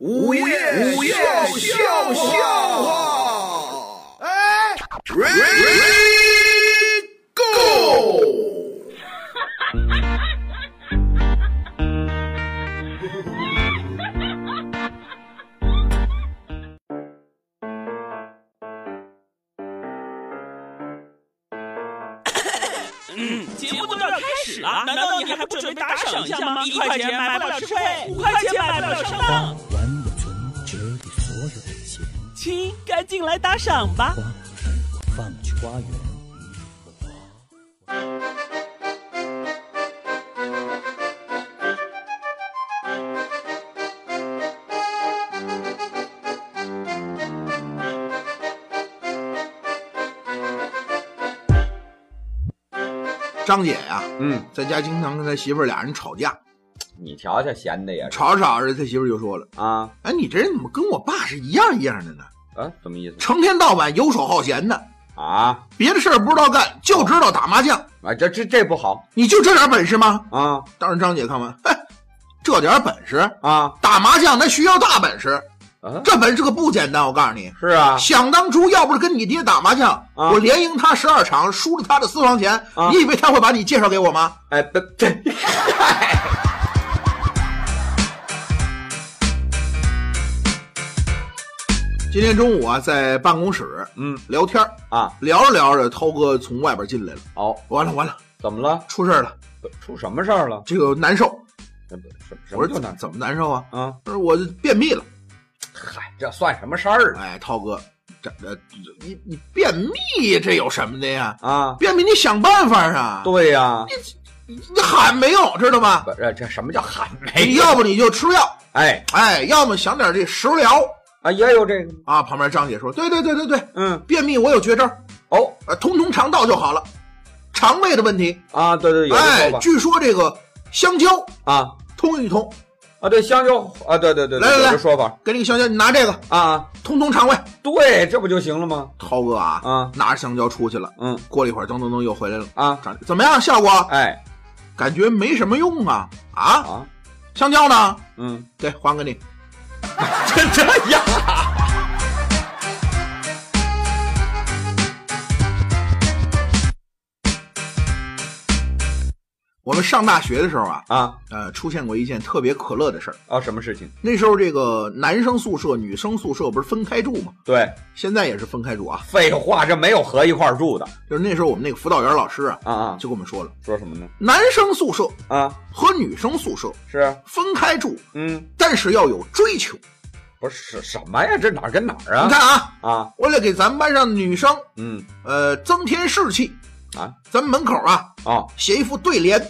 午夜午夜笑笑话，哎，Ready Go！节目都要开始了，难道你还不准备打赏一下吗？一块钱买不了吃亏，五块钱买不了上当。完我存折里所有的钱，亲，赶紧来打赏吧！花儿放去花园。张姐呀、嗯，在家经常跟他媳妇儿俩人吵架，你瞧瞧，闲的也是吵着吵着，他媳妇儿就说了啊：“哎，你这人怎么跟我爸是一样一样的呢？啊，什么意思成天到晚游手好闲的，啊？别的事儿不知道干，就知道打麻将。啊，这这这不好你就这点本事吗啊？”当时张姐看完，嘿，这点本事，啊打麻将那需要大本事，啊！这本事可不简单。我告诉你，是啊，想当初要不是跟你爹打麻将，啊我连赢他十二场，输了他的私房钱，啊你以为他会把你介绍给我吗？哎，这这，今天中午啊，在办公室嗯聊天儿，啊，聊着聊着，涛哥从外边进来了，哦，完了完了，怎么了？出事儿了，出什么事儿了？这个难受。什什我么说就怎难么怎么难受啊？啊？他说我便秘了。嗨，这算什么事儿啊？哎，涛哥，这这这你你便秘这有什么的呀？啊，便秘你想办法啊，对呀，你喊没用，知道吗？不这这什么叫喊没你有？要不你就吃药，哎哎，要么想点这食疗啊，也有这个，啊。旁边张姐说，对对对对对，嗯，便秘我有绝招。哦呃，通通肠道就好了，肠胃的问题。啊，对对，有哎这说，法据说这个香蕉啊通一通，啊，对香蕉啊，对对对，对来来有来这说法给你个香蕉，你拿这个啊，通通肠胃。对，这不就行了吗？涛哥啊，啊，拿着香蕉出去了。嗯过了一会儿，噔噔噔又回来了。啊，张怎么样？效果哎感觉没什么用啊啊！啊，香蕉呢？嗯。对，还 给你。这这样啊？ 我们上大学的时候啊，啊呃，出现过一件特别可乐的事儿。啊，什么事情？那时候这个男生宿舍、女生宿舍不是分开住吗？对，现在也是分开住啊。废话，这没有合一块儿住的就是那时候我们那个辅导员老师啊，啊啊！就跟我们说了，说什么呢？男生宿舍啊，和女生宿舍是啊，分开住，嗯，但是要有追求。不是什么呀？这哪儿跟哪儿啊？你看啊，啊，为了给咱们班上女生嗯呃增添士气啊，咱们门口啊啊，写一副对联，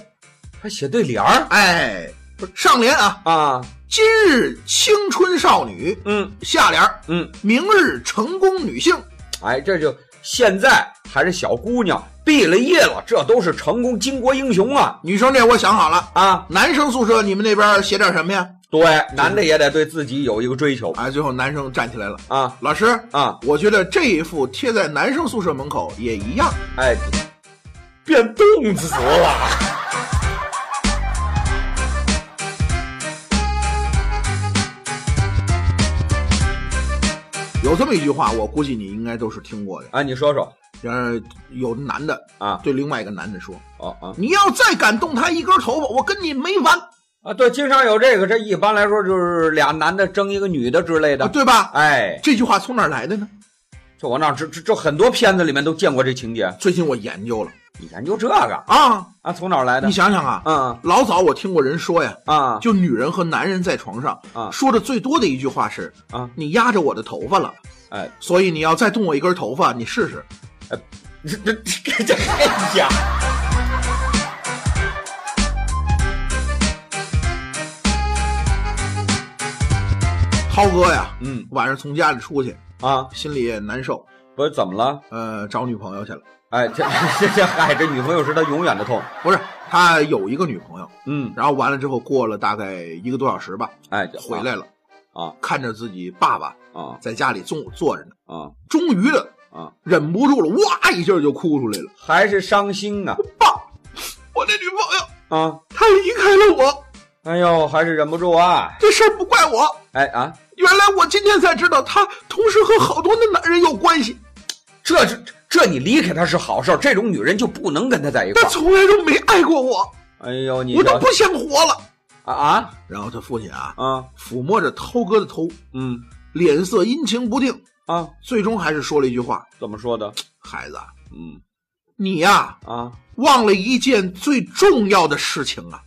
还写对联儿哎，不是上联啊，啊，今日青春少女，嗯下联儿嗯，明日成功女性，哎，这就现在还是小姑娘，毕了业了，这都是成功巾帼英雄啊女生这我想好了。啊！男生宿舍，你们那边写点什么呀？对，男的也得对自己有一个追求哎，最后男生站起来了，啊老师，啊！我觉得这一副贴在男生宿舍门口也一样。哎，变动词了，有这么一句话，我估计你应该都是听过的。啊，你说说然而，有的男的啊对另外一个男的说哦啊：“你要再敢动他一根头发，我跟你没完，啊，对，经常有这个，这一般来说就是俩男的争一个女的之类的。啊对吧哎？”，这句话从哪儿来的呢？就我那这这这很多片子里面都见过这情节。最近我研究了你研究这个啊，啊，从哪儿来的你？想想啊，嗯老早我听过人说呀，啊就女人和男人在床上啊说的最多的一句话是啊！ 你压着我的头发了，哎，所以你要再动我一根头发，你试试。这这这这，哎呀！涛哥呀，嗯晚上从家里出去，啊，心里也难受，不是怎么了？呃，找女朋友去了。哎，这这这，哎，这女朋友是他永远的痛。不是，他有一个女朋友，嗯，然后完了之后过了大概一个多小时吧，哎，回来了，啊看着自己爸爸啊在家里坐坐着呢，啊终于的啊，忍不住了，哇一下就哭出来了。还是伤心啊爸，我这女朋友啊！她离开了我，哎呦，还是忍不住啊！这事儿不怪我，哎啊，原来我今天才知道，他同时和好多的男人有关系，这这这你离开她是好事儿，这种女人就不能跟她在一块但儿。从来都没爱过我，哎呦，你我都这不想活了。啊啊然后他父亲啊，啊抚摸着涛哥的头，嗯脸色阴晴不定，啊，最终还是说了一句话怎么说的？：“孩子，啊嗯你呀、啊，忘了一件最重要的事情啊！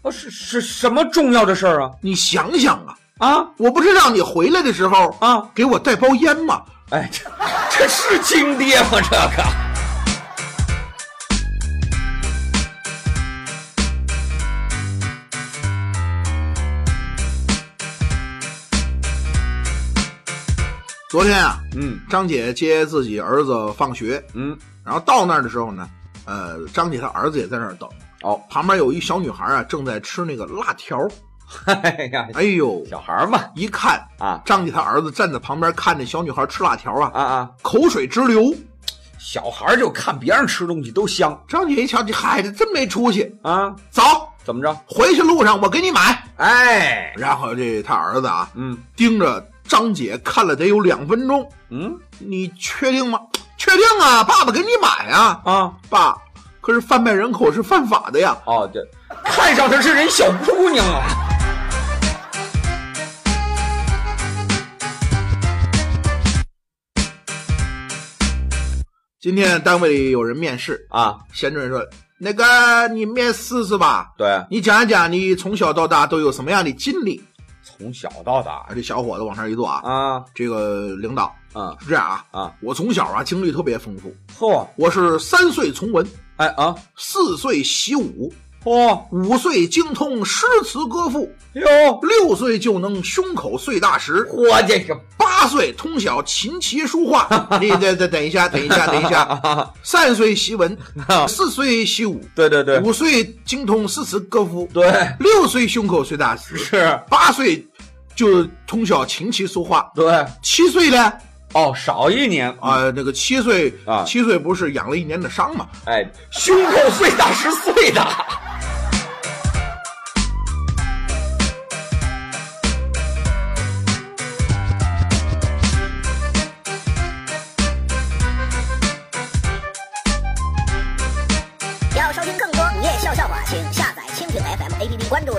哦是是什么重要的事儿啊？你想想啊，啊我不是让你回来的时候啊！给我带包烟吗？哎，这这是亲爹吗？这个。昨天啊，嗯张姐接自己儿子放学，嗯，然后到那儿的时候呢，呃，张姐她儿子也在那儿等，哦， 旁边有一小女孩啊，正在吃那个辣条。哎呀，哎呦，小孩儿嘛，一看啊张姐她儿子站在旁边看着小女孩吃辣条啊，啊啊，口水直流。小孩儿就看别人吃东西都香张姐一瞧，这孩子真没出息，啊，走，怎么着？回去路上我给你买。哎，然后这他儿子啊，嗯盯着张姐看了得有两分钟。嗯你确定吗？确定啊，爸爸给你买啊，啊，爸。可是贩卖人口是犯法的呀。哦对，看上的是人小姑娘啊，今天单位里有人面试，啊，闲主任说：“那个你面试是吧？对，你讲一讲你从小到大都有什么样的经历从小到？”啊，大这小伙子往上一坐啊，啊这个领导啊是这样啊，啊，我从小啊经历特别丰富，嚯，我是三岁从文，哎啊，四岁习武，嚯五岁精通诗词歌赋，哟，六岁就能胸口碎大石，嚯这个八岁通晓琴棋书画。你等等等一下，等一下，等一 下，三岁习文，四岁习武，对对对五岁精通诗词歌赋，对，六岁胸口碎大石，是，八岁就通晓琴棋书画，对，七岁呢？哦少一年啊，啊，那个七岁啊七岁不是养了一年的伤嘛？哎，胸口碎大石碎大，要收听更多午夜笑笑话，请下载蜻蜓 FM APP，关注